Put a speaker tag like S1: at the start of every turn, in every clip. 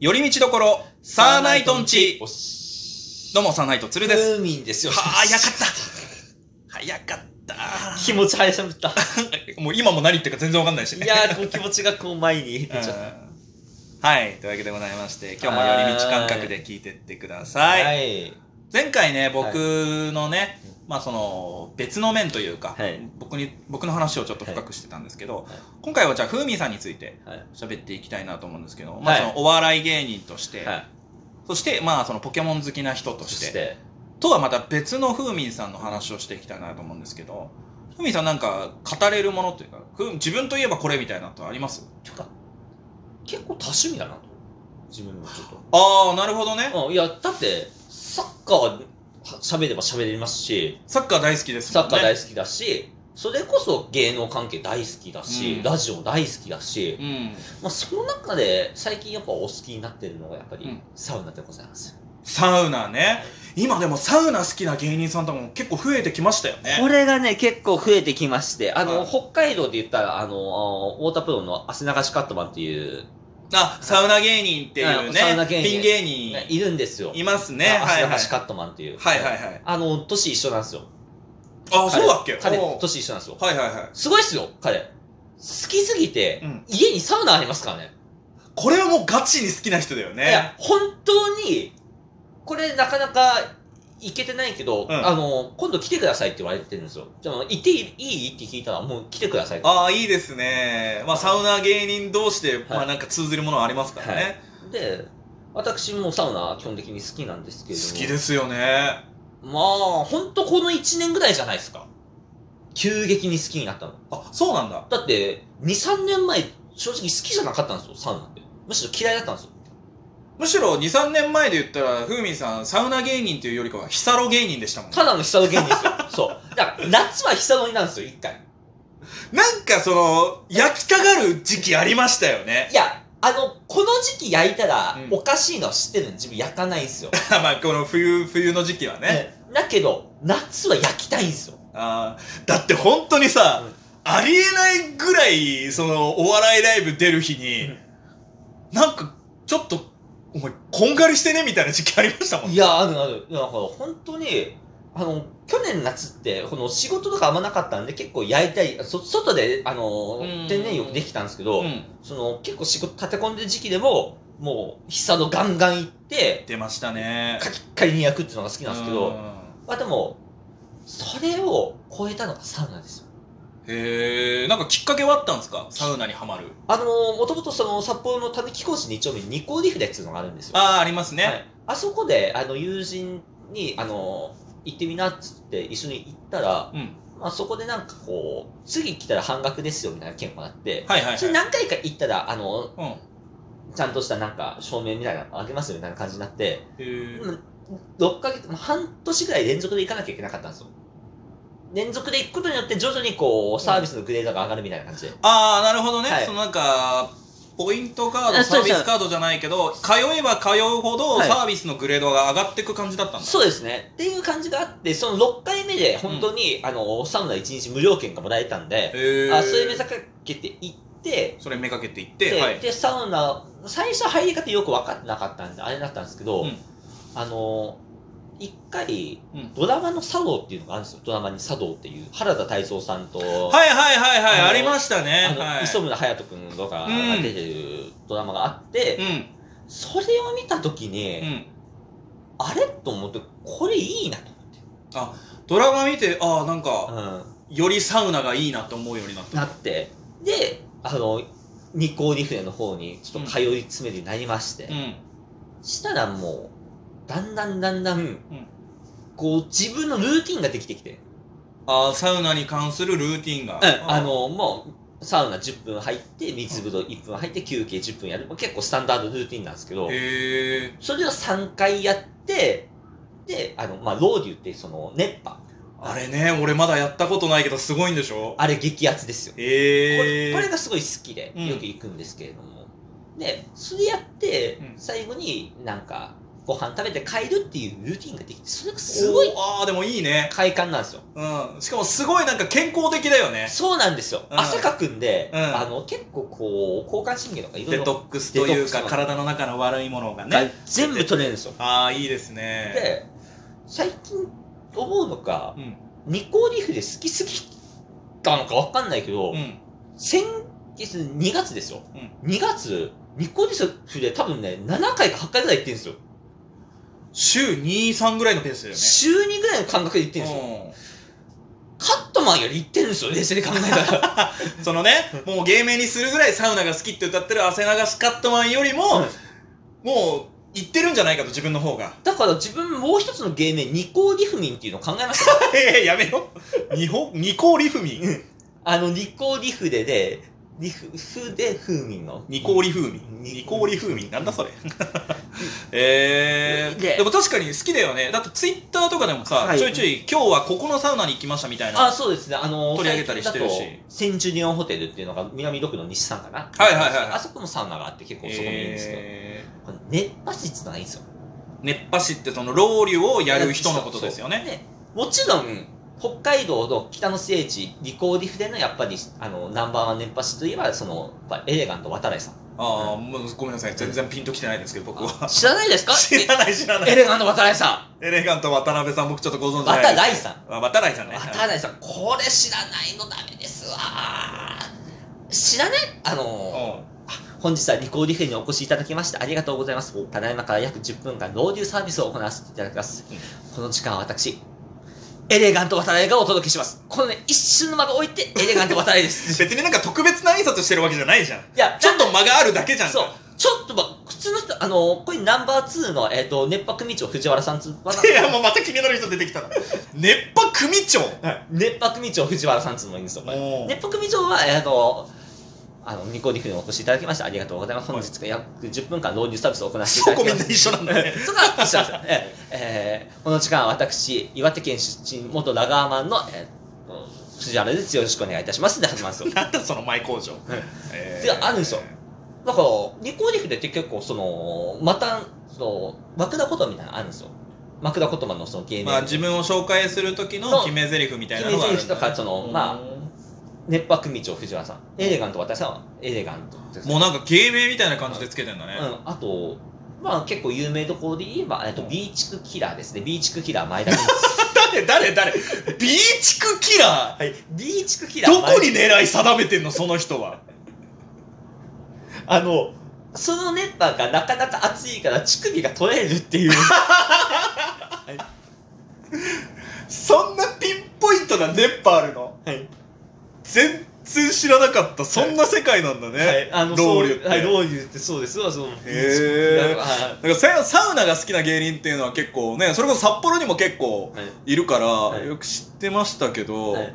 S1: 寄り道どころ、サーナイトンチ。
S2: おし。
S1: どうも、サーナイト鶴で
S2: ム
S1: す。
S2: ーミンですよ。
S1: はー、早かった。早かった。
S2: 気持ち早しゃぶった。
S1: もう今も何言ってるか全然わかんないし
S2: い
S1: ね。
S2: やー、こう気持ちがこう前に出ちゃった。
S1: うんはい。というわけでございまして、今日も寄り道感覚で聞いてってください。
S2: はい。
S1: 前回ね、僕のね、まあその、別の面というか、
S2: はい
S1: 僕に、僕の話をちょっと深くしてたんですけど、
S2: はい
S1: 今回はじゃあ、ふうみんさんについて
S2: はい。
S1: 喋っていきたいなと思うんですけど、
S2: い
S1: まあその、お笑い芸人として、
S2: はい。
S1: そして、まあその、ポケモン好きな人と
S2: そ
S1: して、
S2: して、
S1: とはまた別のふうみんさんの話をしていきたいなと思うんですけど、ふうみんさんなんか語れるものというか、ふう自分といえばこれみたいなのとあります
S2: てか、結構多趣味だなと。自分もちょっ
S1: ああ、なるほどね。
S2: と。うん、いや、だって、サッカーは喋れば喋れますし、
S1: サッカー大好きです
S2: サ
S1: もん
S2: ッ
S1: ね。
S2: カー大好きだし、それこそ芸能関係大好きだし、
S1: うん
S2: ラジオ大好きだし、
S1: うん。
S2: まあ、その中で最近やっぱお好きになってるのがやっぱ
S1: う
S2: り
S1: ん
S2: サウナでございます。
S1: サウナね。今でもサウナ好きな芸人さんとかも結構増えてきましたよね。
S2: これがね、結構増えてきまして、あの、
S1: はい
S2: 北海道で言ったら、あの、あの太田プロの汗流しカットマンっていう、
S1: あ、サウナ芸人っていうね
S2: あサウナ、芸人
S1: ピン芸人
S2: いるんですよ。
S1: いますね。
S2: あ
S1: はい
S2: 汗
S1: はい
S2: 流。しカットマンっていう。
S1: はいはいはい。
S2: あの、年一緒なんですよ。
S1: あ、そうだっけ
S2: 彼、
S1: おう
S2: 年一緒なんですよ。
S1: はいはいはい。
S2: すごいっすよ、彼。好きすぎて、
S1: うん
S2: 家にサウナありますからね。
S1: これはもうガチに好きな人だよ
S2: い
S1: ね。
S2: や、本当に、これなかなか行けてないけど、
S1: ん
S2: あの、今度来てくださいって言われてるんですよ。じゃあ、行っていいいいって聞いたら、もう来てくださいって
S1: ああ、いいですね。まあ、サウナ芸人同士で、まあ、なんか通ずるものはありますからね。
S2: はで、私もサウナ基本的に好きなんですけれども。
S1: 好きですよね。
S2: まあ、ほんとこの1年ぐらいじゃないですか。急激に好きになったの。
S1: あ、そうなんだ。
S2: だって、2、3年前、正直好きじゃなかったんですよ、サウナって。むしろ嫌いだったんですよ。
S1: むしろ2、3年前で言ったら、ふうみんさん、サウナ芸人というよりかは、ヒサロ芸人でしたもんね
S2: ただの久野芸人 ですよ。そう。だから、夏は久野になるんですよ、一回。
S1: なんかその、焼きたがる時期ありましたよね。
S2: いや、あの、この時期焼いたら
S1: うん
S2: おかしいのは知ってるのに自分焼かないんですよ。
S1: まあこの冬、冬の時期はね。
S2: うんだけど、夏は焼きたいんですよ。
S1: あーだって本当にさ、
S2: うん
S1: ありえないぐらい、その、お笑いライブ出る日に、
S2: うん
S1: なんか、ちょっと、お前、こんがりしてねみたいな時期ありましたもん
S2: い
S1: ね。
S2: や、あるある。だから、本当に、あの、去年夏って、この仕事とかあんまなかったんで、結構焼いたり、そ外で、あの
S1: うん、
S2: 天然浴できたんですけど、
S1: うん。
S2: その、結構仕事立て込んでる時期でも、もう、久のガンガン行って、
S1: 出ましたね。
S2: カリッカリに焼くっていうのが好きなんですけ
S1: うん
S2: ど、まあでも、それを超えたのがサウナですよ。
S1: へえ、なんかきっかけはあったんですかサウナにはまる。
S2: あのー、もともとその、札幌のたぬき工事2丁目にニコーリフレっていうのがあるんですよ。
S1: ああ、ありますね。
S2: はい、あそこで、あの、友人に、あのー、行ってみなっつって一緒に行ったら、
S1: うん。
S2: まあ、そこでなんかこう、次来たら半額ですよみたいな券もらって、
S1: はいはい、はい。
S2: それ何回か行ったら、あの、
S1: うん。へ
S2: ちゃんとしたなんか証明みたいなのあげますよみたいな感じになって、
S1: え。
S2: 6ヶ月、まあ半年ぐらい連続で行かなきゃいけなかったんですよ。連続で行くことによって徐々にこう、サービスのグレードが上がるみたいな感じで。
S1: ああ、なるほどね。
S2: はい
S1: そのなんか、ポイントカード、
S2: あ
S1: サ
S2: そ
S1: ー
S2: うで
S1: ビ
S2: す
S1: スカードじゃないけど、通えば通うほど
S2: はい
S1: サービスのグレードが上がっていく感じだったんだ。
S2: そうですね。っていう感じがあって、その6回目で本当に、あの、サウナ1日無料券がもらえたんで、
S1: へー
S2: あそういう目先って行って、
S1: それめかけていっ
S2: で
S1: て、はい。
S2: でサウナ最初入り方よく分かってなかったんであれだったんですけど、
S1: うん
S2: あの一回
S1: うん
S2: ドラマの茶道っていうのがあるんですよドラマに茶道っていう原田泰造さんと、
S1: はいはいはいはい、
S2: あ
S1: あ
S2: の
S1: りましたね。
S2: あの
S1: はい。
S2: 磯村勇斗君とかが出てるドラマがあって、
S1: うん。
S2: それを見た時に、
S1: うん。
S2: あれと思ってこれいいなと
S1: ドラマ見て、ああ、なんか、
S2: 思って、
S1: よりサウナがいいなと思うようになっ
S2: な
S1: た。
S2: ってであの日光リフレの方にちょっと通い詰めるようになりまして、
S1: うん。
S2: したらもう、だんだんだんだん、こう、自分のルーティンができてきて、
S1: ああ、サウナに関するルーティンが。
S2: あ、の、もう、サウナ10分入って、水風呂1分入って、休憩10分やる。もう結構スタンダードルーティンなんですけど、
S1: へえ。
S2: それを3回やって、で、あの、まあ、ロウリュって、その、熱波。
S1: あれね、俺まだやったことないけど、すごいんでしょ
S2: あれ激アツですよ。こ
S1: へ
S2: れ
S1: え。
S2: これがすごい好きで、
S1: うん
S2: よく行くんですけれども。で、それやって
S1: うん、
S2: 最後になんか、ご飯食べて帰るっていうルーティンができて、それがすご
S1: お
S2: い
S1: ーああ、でもいいね。
S2: 快感なんですよ。
S1: うん。しかもすごいなんか健康的だよね。
S2: そうなんですよ。
S1: うん
S2: 汗かくんで、
S1: うん
S2: あの、結構こう、交感神経とかいろい
S1: デ
S2: ろ
S1: トックスというか
S2: デトックス
S1: 体の中の悪いものがね。
S2: 全部取れるんですよ。
S1: ああ、いいですね。
S2: で、最近思うのか
S1: う、ん。
S2: ニコリフで好きすぎたのかわかんないけど、
S1: うん。
S2: 先月、2月ですよ。
S1: う
S2: 2月、ニコリフで多分ね、7回か8回ぐらい行ってるんですよ。
S1: 週2、3ぐらいのペースだよね。
S2: 週2ぐらいの感覚で行ってるんですよ。カットマンより行ってるんですよ、冷静に考えたら。
S1: うんそのね、もう芸名にするぐらいサウナが好きって歌ってる汗流しカットマンよりも、
S2: うん
S1: もう、言ってるんじゃないかと自分の方が。
S2: だから自分もう一つの芸名、ニコリフミンっていうのを考えました。
S1: ええ、やめろ。日本、ニコリフミン。
S2: あの、ニコリフでで、リフ、フでフーミンの。
S1: ニコリフーミン。
S2: ニ
S1: ニコリフーミン。なんだ それ。えー、
S2: で
S1: でも確かに好きだよね。だってツイッターとかでもさ、
S2: はい
S1: ちょいちょい今日はここのサウナに行きましたみたいな。
S2: あ、そうですね。あの、
S1: 取り上げたりしてるし
S2: 最近だとセンチュリオンホテルっていうのが南六の西さんかな。
S1: はいはいはい
S2: あそこもサウナがあって結構そこもいいんですけど、
S1: え
S2: この熱波室ってのがいいんですよ。
S1: ー熱波師ってその、ロウリュをやる人のことですよね。
S2: でもちろん、北海道の北の聖地、リコーディフでのやっぱり、あの、ナンバーワン熱波師といえば、その、やっぱエレガント渡来さん。
S1: ああ、もうごめんなさい。全然ピンときてないですけど、僕は。
S2: 知らないですか
S1: 知らない知らな
S2: えエ
S1: い。
S2: レガント渡来さ
S1: エレガント渡辺さん、僕ちょっとご存
S2: ん。
S1: 知ない
S2: 渡
S1: です。
S2: 来さん。
S1: あ渡来さんね。
S2: 渡来さん、これ知らないのダメですわ知らないあの
S1: うん
S2: ー、本日はリコーディフェにお越しいただきましてありがとうございます。ただいまから約10分間、ローデューサービスを行わせていただきます。この時間は私、エレガント渡来がお届けします。このね、一瞬の間が置いて、エレガント渡来 です。
S1: 別になんか特別な挨拶してるわけじゃないじゃん。
S2: いや、
S1: ちょっと間があるだけじゃんか。
S2: そう。ちょっと、ま、普通の人、あのー、これナンバー2の、えっ、と、熱波組長藤原さんつ、
S1: いや、もうまた気になる人出てきたな。熱波組長。
S2: 熱波組長藤原さんつうのもいいんですよ、これ。
S1: もう
S2: 熱波組長は、えー、あの、あの、ニコニコにお越しいただきましてありがとうございます。本日から約10分間導入サービスを行わせて
S1: そ
S2: いただ
S1: こ
S2: き
S1: み
S2: ま
S1: んな
S2: す。
S1: 一緒なんだね。
S2: そこは一緒なんですよ。えーえーこの時間は私、岩手県出身、元ラガーマンの、えーと、藤原です。よろしくお願いいたします。で始まる んですよ。
S1: なんだその前工場。えー
S2: であるんですよだから、ニコニコでって結構、その、また、その、枕言葉みたいなのあるんですよ。枕言葉のその芸名。
S1: まあ自分を紹介する時の
S2: そう
S1: 決め台詞みたい
S2: 決
S1: な
S2: め
S1: のがあるんだ
S2: 台
S1: ね。
S2: 詞とか、その、まあ、熱波組長藤原さん。エレガント、私はエレガントです。
S1: もうなんか芸名みたいな感じでつけてんだね。
S2: うん、あと、まあ結構有名どころで言えば、えっと、ビーチクキラーですね。ビーチクキラー前田君です。
S1: 誰誰誰ビーチクキラー
S2: ビーチクキラー
S1: ど
S2: 前田
S1: こに狙い定めてんのその人は。
S2: あの、その熱波がなかなか熱いから乳首が取れるっていう。
S1: そんなピンポイントな熱波あるの
S2: はい。
S1: 全然知らなかった。そんな世界なんだね。
S2: はい、あの、
S1: ロウリュって
S2: そうはい、ロウリュってそうですわ、そのビーチクキラー
S1: へー
S2: ははい
S1: なんかササウナが好きな芸人っていうのは結構ねそれこそ札幌にも結構いるから、
S2: い
S1: よく知ってましたけど、
S2: はい。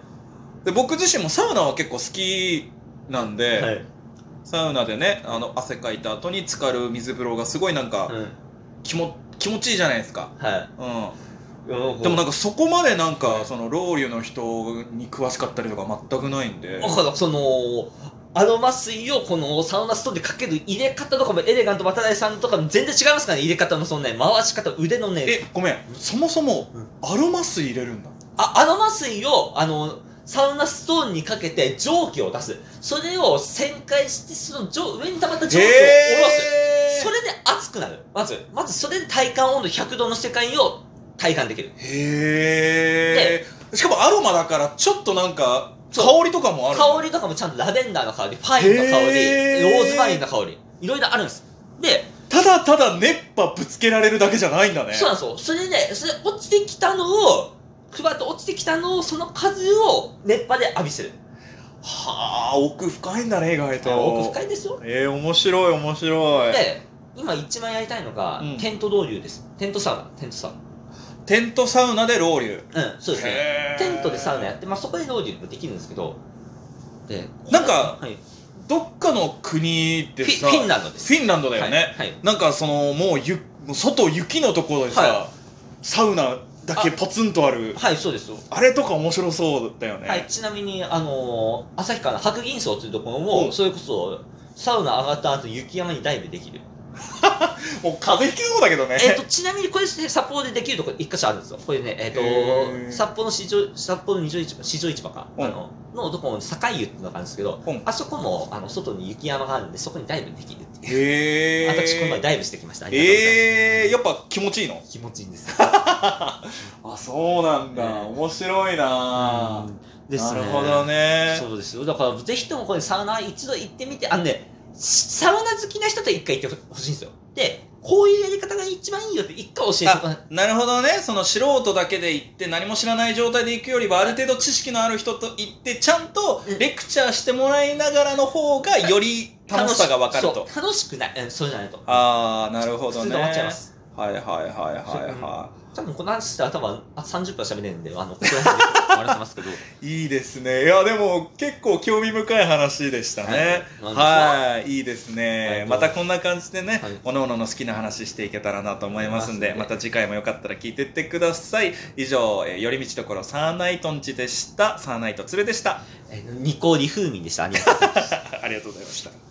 S1: で僕自身もサウナは結構好きなんで、
S2: はい。
S1: サウナでねあの汗かいた後に浸かる水風呂がすごいなんか
S2: うん
S1: 気も、気持ちいいじゃないですか、
S2: は
S1: う
S2: い。
S1: ん、でもなんか
S2: か、
S1: そこまでなんかそのロウリュの人に詳しかったりとか全くないんで
S2: だからその、アロマ水をこのサウナストーンでかける入れ方とかもエレガント渡辺さんとかも全然違いますからね、入れ方のそのね、回し方、腕のね、
S1: えごめんそもそも
S2: うん
S1: アロマ水入れるんだ
S2: あアロマ水をあのサウナストーンにかけて蒸気を出すそれを旋回してその蒸上に溜まった蒸気を下ろす、
S1: へー
S2: それで熱くなるまずまずそれで体感温度100度の世界を体感できる
S1: へえ。しかもアロマだから、ちょっとなんか、香
S2: そ
S1: りとかもある。
S2: 香りとかもちゃんとラベンダーの香りパインの香り
S1: へー
S2: ローズマリンの香りいろいろあるんですで、
S1: ただただ熱波ぶつけられるだけじゃないんだね。
S2: そうなんですよそれでそれ落ちてきたのをふわっと落ちてきたのをその風を熱波で浴びせる
S1: はあ、奥深いんだね、意外と。
S2: 奥深いですよ
S1: えー、面白い、面白い。
S2: で、今一番やりたいのが、
S1: うん
S2: テント導入です。テントサウナ、テントサウ
S1: テントサウナでロウリュ。
S2: ナ。うん、そうですね。
S1: へー
S2: テントでサウナやって、まあ、そこで導入もできるんですけど、で、
S1: なんか
S2: はい、
S1: どっかの国で
S2: フィ
S1: さ、
S2: フィンランドです。
S1: フィンランドだよね。
S2: はい。はい
S1: なんかその、もうゆ、もう外雪のところでさ、
S2: は
S1: サウナだけポツンとある。
S2: はい、そうですよ。
S1: あれとか面白そうだよね。
S2: はい、ちなみに、あのー、旭川の白銀荘というところも、
S1: うん
S2: それこそ、サウナ上がった後、雪山にダイブできる。
S1: もう風邪ひきそうだけどね。
S2: えっと、ちなみにこれですね、札幌でできるとこ一箇所あるんですよ。これね、えっ、
S1: へー
S2: と、札幌の市場、札幌の二条市場、市場市場か、
S1: うん
S2: あの、のとこの境湯っていうのがあるんですけど、
S1: うん
S2: あそこも、あの、外に雪山があるんで、そこにダイブできるっていう。
S1: へえ。
S2: 私、この前ダイブしてきました。ありがとうございます
S1: ええやっぱ気持ちいいの
S2: 気持ちいいんですよ。
S1: あ、そうなんだ。
S2: ね
S1: 面白いなぁ、
S2: うんです
S1: な
S2: ね。
S1: るほどね。
S2: そうですよ。だから、ぜひともこれサウナ一度行ってみて、あのね、サウナ好きな人と一回行ってほしいんですよ。で、こういうやり方が一番いいよって一回教えてもらう
S1: なるほどね。その素人だけで行って何も知らない状態で行くよりはある程度知識のある人と行ってちゃんとレクチャーしてもらいながらの方がより楽しさが分かると。
S2: そう楽しくない。うん、そうじゃないと。
S1: ああ、なるほど
S2: 普通
S1: ね。
S2: で終わっちゃいます。
S1: はいはいはいはいは
S2: 多分この話したら多分あ30分は喋れるんで、あの、ここら辺で終わらせま すけど。
S1: い。いいですね。いや、でも結構興味深い話でしたね。
S2: はい
S1: はい、いいです
S2: あ
S1: ね。
S2: りが
S1: ま
S2: とう
S1: たこんな感じでね
S2: はい、
S1: おのおのの好きな話していけたらなと思いますんで、
S2: 思い
S1: ま
S2: ますね
S1: た次回もよかったら聞いてってください。以上、えー寄り道ところサーナイトンチでした。サーナイトツルでした。
S2: えーニコリ風味でした。ありがとうございま す。
S1: ありがとうございました。